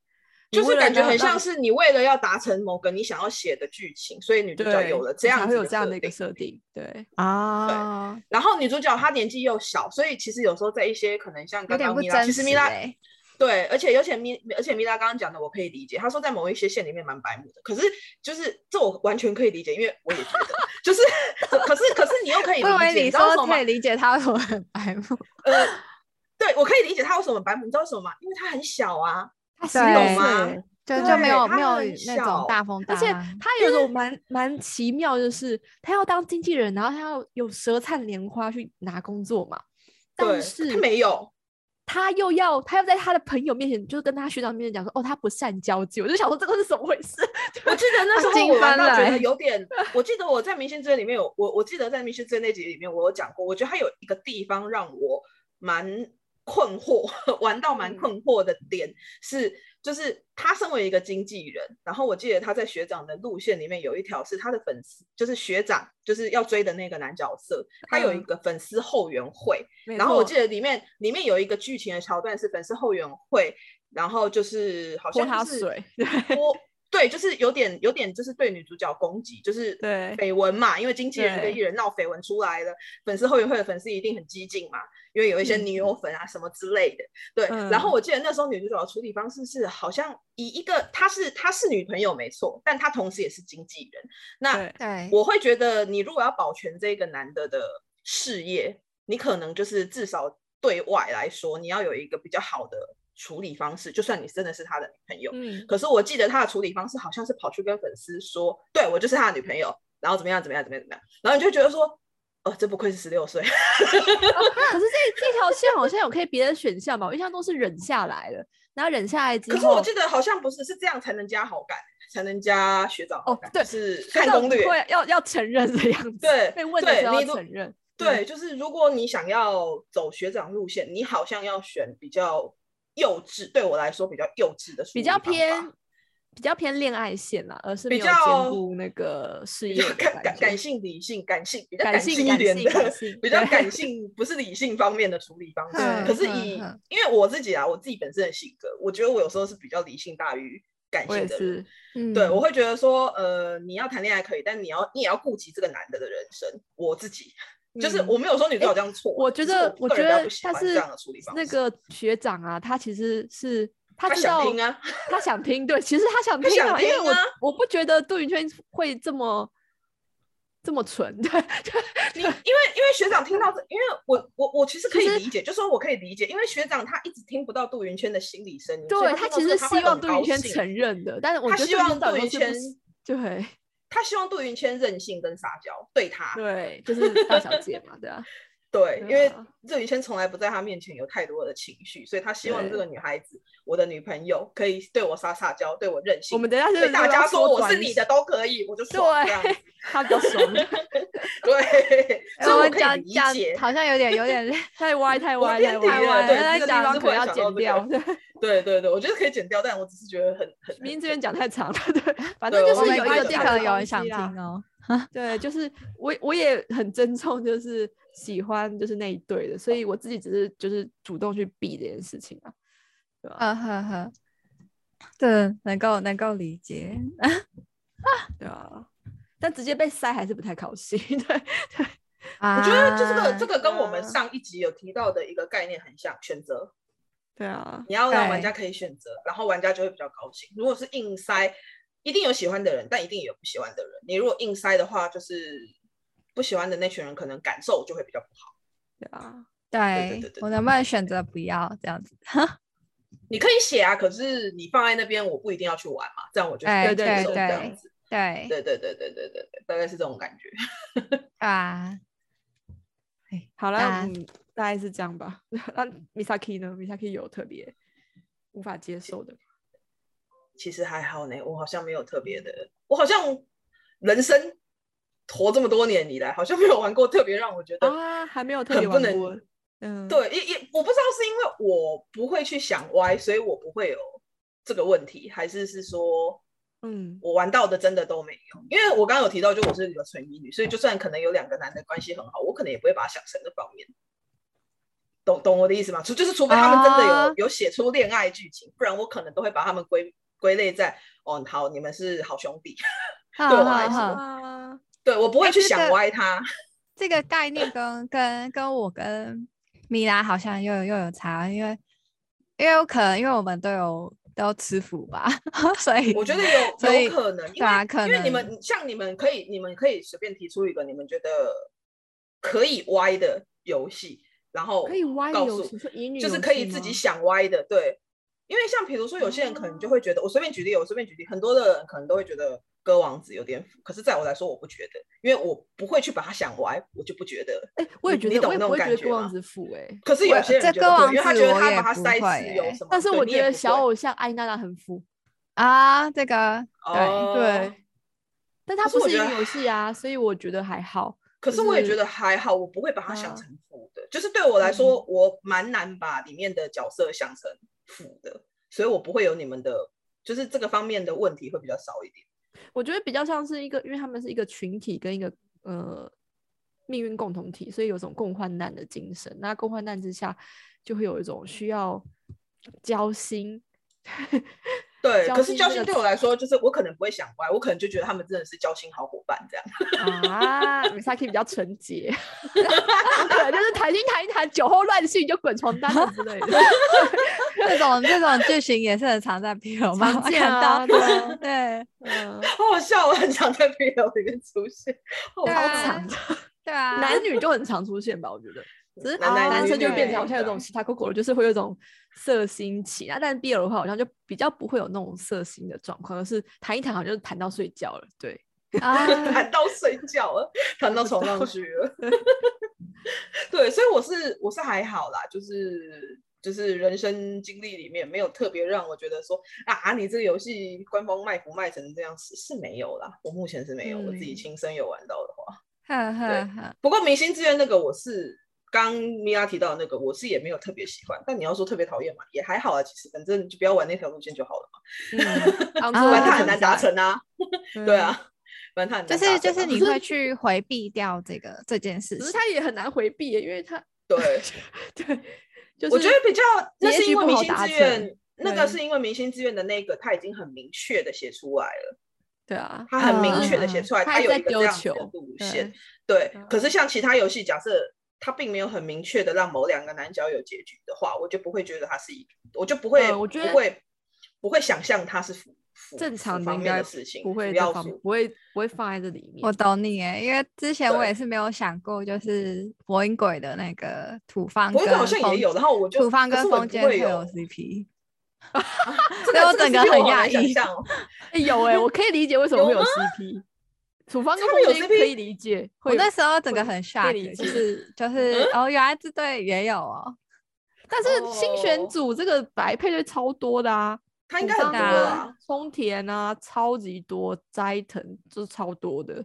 你就为是了感觉要很让像是你为了要达成某个你想要写的剧情，所以女主角对有了这你才样会子有这样的一个定设定，对啊，然后女主角她年纪又小，所以其实有时候在一些可能像有刚点刚不米拉，真其实实米拉欸对，而且有且米，而且米拉刚刚讲的我可以理解，她说在某一些线里面蛮白目的，可是就是这我完全可以理解，因为我也觉得 就是可是可是你又可以我以理解，为你知道为什说么吗可以理解他为什么很白 目，对我可以理解她为什么白目，你知道为什么吗？因为她很小啊，他对懂吗吗？就就对没有他没有很那种小大风大而且啊浪。他有一种蛮蛮奇妙，就是他要当经纪人，然后他要有舌灿莲花去拿工作嘛，对但，是她没有，他又要他要在他的朋友面前，就是跟他学长面前讲说，哦，他不善交际，我就想说这个是怎么回事？ 我记得那时他精候我玩分到觉了欸得有点，我记得我在《明星之恋》里面有我，我记得在《明星之恋》那集里面我有讲过，我觉得他有一个地方让我蛮困惑， 玩到蛮嗯困惑的点是，就是他身为一个经纪人，然后我记得他在学长的路线里面有一条是他的粉丝，就是学长就是要追的那个男角色，他有一嗯个粉丝后援会，没然后我错记得里面里面有一个剧情的桥段是粉丝后援会，然后就是好泼像他就是水，对我对，就是有点有点就是对女主角攻击，就是对绯闻嘛，因为经纪人对跟艺人闹绯闻出来了，粉丝后援会的粉丝一定很激进嘛，因为有一些嗯女友粉啊什么之类的。对，嗯然后我记得那时候女主角的处理方式是好像以一个她是她是女朋友没错，但她同时也是经纪人，那对对，我会觉得，你如果要保全这个男的的事业，你可能就是至少对外来说，你要有一个比较好的处理方式。就算你真的是他的女朋友，嗯，可是我记得他的处理方式好像是跑去跟粉丝说：“对我就是他的女朋友。”然后怎么样怎么样怎么样怎么样，然后你就觉得说：“哦，这不愧是十六岁。可是这这条线好像有可以别的选项吧？我印象中是忍下来了，然后忍下来”之可后，是我记得好像不是，是这样才能加好感，才能加学长好哦感。对是学看长攻略。会要要承认的样子，对被问的对时候你要如承认，对，就是如果你想要走学长路线，你好像要选比较幼稚，对我来说比较幼稚的处比理较方法偏比较偏恋爱线啦，而是嗯比没有兼较顾那个事比业较的感感觉感性、理性、感性比较感性一感点性的，感性比较对感性，不是理性方面的处理方式。对可是哼以哼因为我自己啊，我自己本身的性格，我觉得我有时候是比较理性大于感我性也的人。是，对，嗯我会觉得说，呃，你要谈恋爱可以，但你要你也要顾及这个男的的人生。我自己就是嗯我没有说女主角这样错，我觉只是得，我个觉人得比较不喜他欢是这样的处理方式。那个学长啊，他其实 是他他知想道听啊，他想听，对，其实他想 他听想啊，因为听我啊我不觉得杜云圈会这么这么蠢， 对，你因为因为学长听到这，因为我我我其实可以其实理解，就说我可以理解，因为学长他一直听不到杜云圈的心理声音，所以对他其听到这实他希会望很杜云高圈兴承认的，但是我他觉得希望杜云圈圈，对他希望杜云圈任性跟撒娇，对他 对，就是大小姐嘛，对啊，对对因为啊杜云圈从来不在他面前有太多的情绪，所以他希望对这个女孩子，我的女朋友，可以对我撒撒娇，对我任我性。们等一下就对是大家说说我短是你的一都可以，我就些，爽这样 子。对，他比较爽，对，哎所以我我们可以讲理讲解。好像有点有 点累太歪太我歪偏太题歪了歪，对那这个地地方方可能是要会想剪到这掉， 个对。对对对，我觉得可以剪掉，但我只是觉得很很明很明这边讲太长了，对，反正对就我是们有一觉这个得这这样个个的有东人想西啊啦听哦，对，就是我我也很尊重，就是喜欢就是那一对的，所以我自己只是就是主动去避这件事情啊，对吧？呵呵呵，嗯对，能够能够理解，对啊，但直接被塞还是不太高兴， 对，我我觉得就是这个这个个跟我们啊上一集有提到的一个概念很像，选择对啊，你要让玩对家可以选择，然后玩家就会比较高兴。如果是硬塞，一定有喜欢的人，但一定也有不喜欢的人。你如果硬塞的话，就是不喜欢的那群人可能感受就会比较不好。对啊，对对对对对我能不能选择不要这样子？你可以写啊，可是你放在那边，我不一定要去玩嘛，这样我就哎可以接对受这对样子。对对对对对对对对，大概是这种感觉。啊，好了，啊嗯，大概是这样吧。 那 Misaki 呢？Misaki 有特别无法接受的吗，其实还好呢，我好像没有特别的，我好像人生活这么多年以来，好像没有玩过特别让我觉得啊，还没有特呃很别不玩能过，嗯，对，也也我不知道是因为我不会去想歪，所以我不会有这个问题，还是是说嗯我玩到的真的都没有，因为我刚刚有提到，就我是一个纯一女，所以就算可能有两个男的关系很好，我可能也不会把它想成那方面。懂懂我的意思吗？除就是除非他们真的有、啊有写出恋爱剧情，不然我可能都会把他们归归类在哦，好，你们是好兄弟。 对我来说啊，对我不会去这想个歪他。这个概念跟跟跟我跟米拉好像又有又有差，因为因为有可能因为我们都有都有吃腐吧， 所以我觉得所有以有可能，因对啊为可因为你能们像你们可以你们可以随便提出一个你们觉得可以歪的游戏，然后可以歪的告游戏，诉说乙女就是游可戏以自己吗想歪的，对。因为像比如说，有些人可能就会觉得，我随便举例，我随便举例，很多的人可能都会觉得歌王子有点腐，可是在我来说，我不觉得，因为我不会去把它想歪，我就不觉得。哎、我也你觉你得，懂我也那不会觉种感得觉国王吗子腐哎、 可是有我些人这觉歌得王对，因为他子觉得我他也把它不塞会次有欸什么，但是对我你觉也得不小会偶像艾娜娜很腐，啊，这个对哦对，但它可是不我是觉乙得女游戏啊，所以我觉得还好。可就是我也觉是得还好，我不会把它想啊成腐的。就是对我来说，嗯我蛮难把里面的角色想成腐的，所以我不会有你们的，就是这个方面的问题会比较少一点。我觉得比较像是一个，因为他们是一个群体跟一个呃命运共同体，所以有种共患难的精神。那共患难之下，就会有一种需要交心。对，交可是心交这心个对我来说，就是我可能不会想歪，我可能就觉得他们真的是交心好伙伴这样。 啊 m i s a k i 比较纯洁， 我可能就是谈心谈一谈，酒后乱性就滚床单了之类 的，这种这种剧情也是很常在 P 友嘛，我常见看到啊，对啊对嗯，好好笑，我很常在 P L 里面出现，好对好啊惨。对 啊，男女就很常出现吧，我觉得。只是男男男女生就女变女成好像有的种其他 Coco 就是会有一种色心起啊，但 BL 的话好像就比较不会有那种色心的状况，而是谈一谈好像就谈到睡觉了，对， 啊，谈到睡觉 了，谈到床上去了。 对，所以我是我是还好啦，就是就是人生经历里面没有特别让我觉得说啊，你这个游戏官方卖不卖成这样是是没有啦，我目前是没有，我自己嗯亲身有玩到的话。呵呵呵，嗯不过明星志愿那个我是。刚米娅提到的那个，我是也没有特别喜欢，但你要说特别讨厌嘛，也还好啊。其实反正就不要玩那条路线就好了嘛， 嗯，啊反正它它很难达，成啊。对，啊，反正它很就难是达成啊就是你会去回避掉这个这件事嗯只是情，他也很难回避耶，因为他 对，对，就是我觉得比较，那结是局因为不明好星达志成愿，那个对是因为明星志愿的那个他已经很明确的写出来了，对啊，他很明嗯确的嗯写嗯出来，他他还有在一个丢这样子球的路线对。，对嗯，可是像其他游戏，假设他并没有很明确的让某两个男角有结局的话，我就不会觉得他是一，我就不会，嗯我觉得不会，不会想象他是腐腐正腐常的方应面该的事情，不会腐这要方素。哦不会不会放在这里面，我懂你诶，因为之前我对也是没有想过，就是火影鬼的那个土方不跟过好像也风有，然后我就土方可跟是我风不间会会有有 CP，这所以我这整个是很我好压难想抑 象哦哎有哎，我可以理解为什么有会有吗 CP，处方跟他们有空间可 CP 以理解，我会有那时候整会个很理 shock，解就是嗯就是哦，原来这对也有哦，但是新选哦组这个白配对超多的啊，他应土该很方多啊啦啊，，丰田啊，超级多，斋藤就是超多的，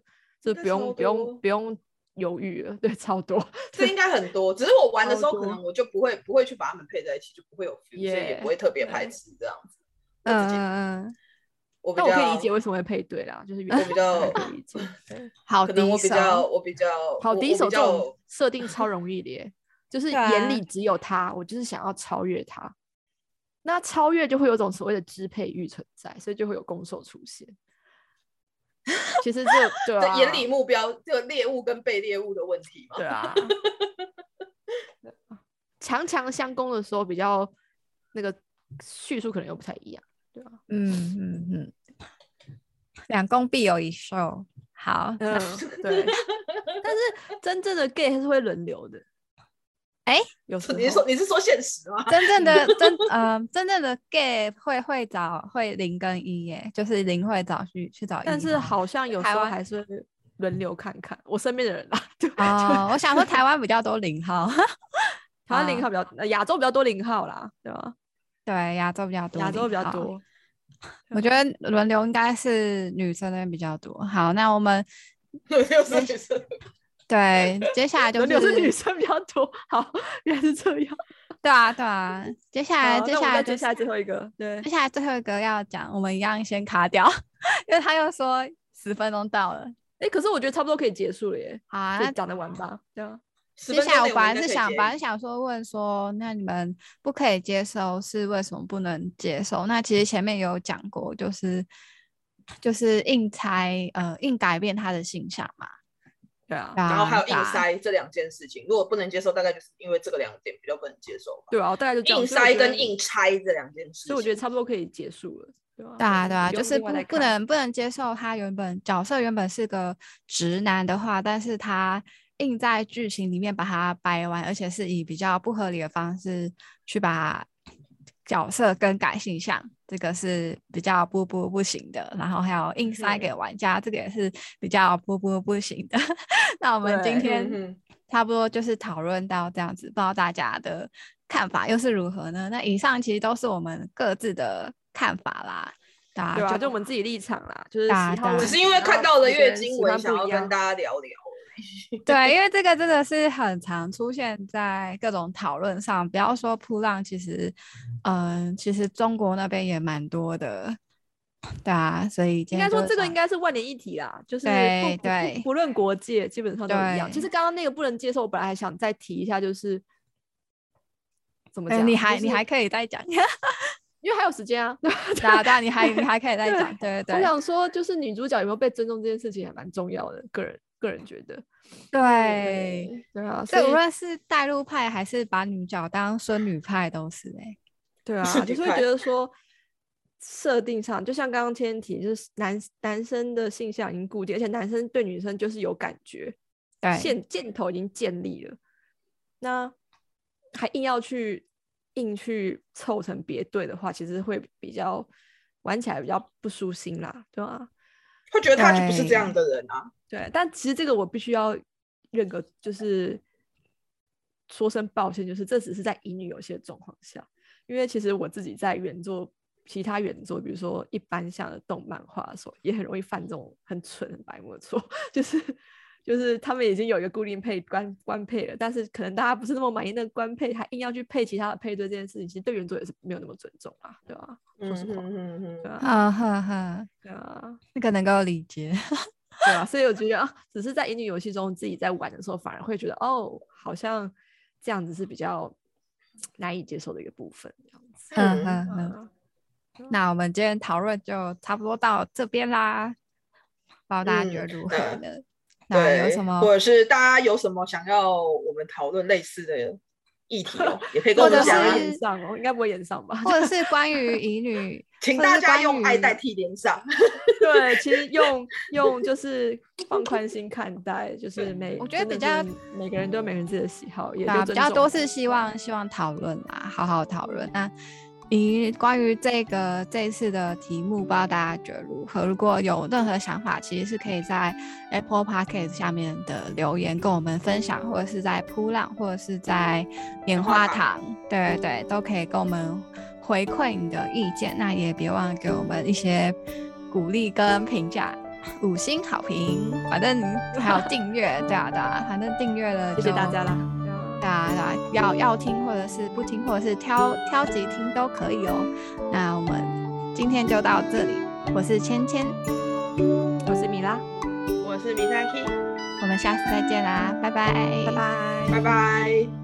这应该不用超不用多不用犹豫了， 对，超多，这应该很多，只是我玩的时候超可多能我就不会不会去把它们配在一起，就不会有 feel，、所以也 Yeah，不会特别对排斥这样子。我嗯自己嗯嗯，我比但较，我可以理解为什么会配对啦，就是原我比较我可以理解，对， 好可能我低比较手，我比较好我第一手我比这较种设定超容易的 耶，就是对啊眼里只有他，我就是想要超越他。那超越就会有种所谓的支配欲存在，所以就会有攻受出现。其实这对 啊，这眼里目标这个猎物跟被猎物的问题嘛。 对啊， 强强相攻的时候比较那个叙述可能又不太一样。嗯嗯嗯，两公必有一受，好，嗯， 对。但是真正的 gay 还是会轮流的。哎有时候你是说你是说现实啊吗？ 真正 的真呃真正的 gay 会会找会零跟一耶，就是零会找去去找一号，但是好像有嗯时台候湾还是会轮流看看我身边的 人啦，对，哦，我想说台湾比较多零号， 台湾零啊号比较，呃亚洲比较多零号啦，对吧？对，亚洲比较多，亚洲比较。多，我觉嗯得轮流应该是女生那边比较多。好，那我们又是女生，对，接下来就轮流是女是生比较多。 好，原来是这样。对啊对啊，接下来好接那我下再来接就下来是最后一个，对接，下来最后一个要讲，我们一样先卡掉，因为他又说十分钟到了。哎，可是我觉得差不多可以结束了耶，好啊，所以那讲得完吧？啊这样，十接分下来钟我内本来应该是可以想，结本来是想说问说，那你们不可以接受是为什么不能接受？那其实前面有讲过，就是就是硬拆呃硬改变他的形象嘛。对啊，然然后还有硬，塞这两件事情，如果不能接受，大概就是因为这个两点比较不能接受吧。对啊，我大概就这样。硬所以我觉塞得跟硬，拆这两件事情，所以我觉得差不多可以结束了，对吧？对啊对啊，不就用是另不外再不看能不能接受他原本角色原本是个直男的话，但是他硬在剧情里面把他掰弯，而且是以比较不合理的方式去把角色更改形象，这个是比较不不不行的。然后还有硬塞给玩家，这个也是比较不不不行的。 那我们今对天嗯哼差不多就是讨论到这样子，不知道大家的看法又是如何呢？那以上其实都是我们各自的看法啦，对啊，对啊，就就我们 自己立场啦，就是喜对啊好对啊问只是题因为然看后到了每个月人经喜文，欢想不要一跟样大家聊聊。对，因为这个真的是很常出现在各种讨论上。不要说扑浪，其实，嗯、其实中国那边也蛮多的，对啊，所以应该说这个应该该是万年一体啦，就是对不不对不不论国界，基本上都一样。其对实刚刚那个不能接受，我本来还想再提一下，就是怎么讲、哎嗯你还、就你是还可以再讲， 因为还有时间啊。对啊，对啊，你还你还可以再对讲，对对我对想说，就是女主角有没有被尊重这件事情还蛮重要的，个人个人觉得。对。对啊，所所以无以论是带入派还是把女角当孙女派都是哎、 对啊，是就是女会派觉得说设定上，就像刚刚天提，就是男男生的性向已经固定，而且男生对女生就是有感觉，对，线箭头已经建立了，那还硬要去硬去凑成别队的话，其实会比较玩起来比较不舒心啦，对啊吧、会觉得他就不是对这样的人啊，对，但其实这个我必须要认个，就是说声抱歉，就是这只是在乙女游戏的状况下，因为其实我自己在原作。其他原作，比如说一般像的动漫化的时候，也很容易犯这种很蠢、很白目的错， 就是就是他们已经有一个固定配官官配了，但是可能大家不是那么满意那个官配，还硬要去配其他的配对这件事情，其实对原作也是没有那么尊重啊，对吧、说嗯实哼话，嗯对哼，啊，啊哈哈，对啊。那个能够理解，对啊，所以我觉得啊，只是在乙女游戏中自己在玩的时候，反而会觉得哦，好像这样子是比较难以接受的一个部分，这样子。 嗯嗯哼哼。嗯，那我们今天讨论就差不多到这边啦，不知道大家觉得嗯如何对呢？ 那对，有什么或者是大家有什么想要我们讨论类似的议题 哦，也可以跟或我者们讲啊是，演上哦，应该不会演上吧？ 或者是关于乙女请或者大是家关用爱于代替连上。对，其实用用就是放宽心看待，就是每我觉得真的比较是每个人都有每个人自己的喜好，也对啊，就比尊较重多吧是希望希望讨论啦，好好讨论。那你关于这个这一次的题目，不知道大家觉得如何？如果有任何想法，其实是可以在 Apple Podcast 下面的留言跟我们分享，或者是在扑浪，或者是在棉花糖，对对对，都可以跟我们回馈你的意见。那也别忘了给我们一些鼓励跟评价。五星好评，反正还有订阅，对啊对啊，反正订阅了，谢谢大家啦。对啊大家要要听或者是不听，或者是挑挑几听都可以哦。那我们今天就到这里，我是芊芊，我是米拉，我是米 i 基，我们下次再见啦，拜拜，拜。拜拜。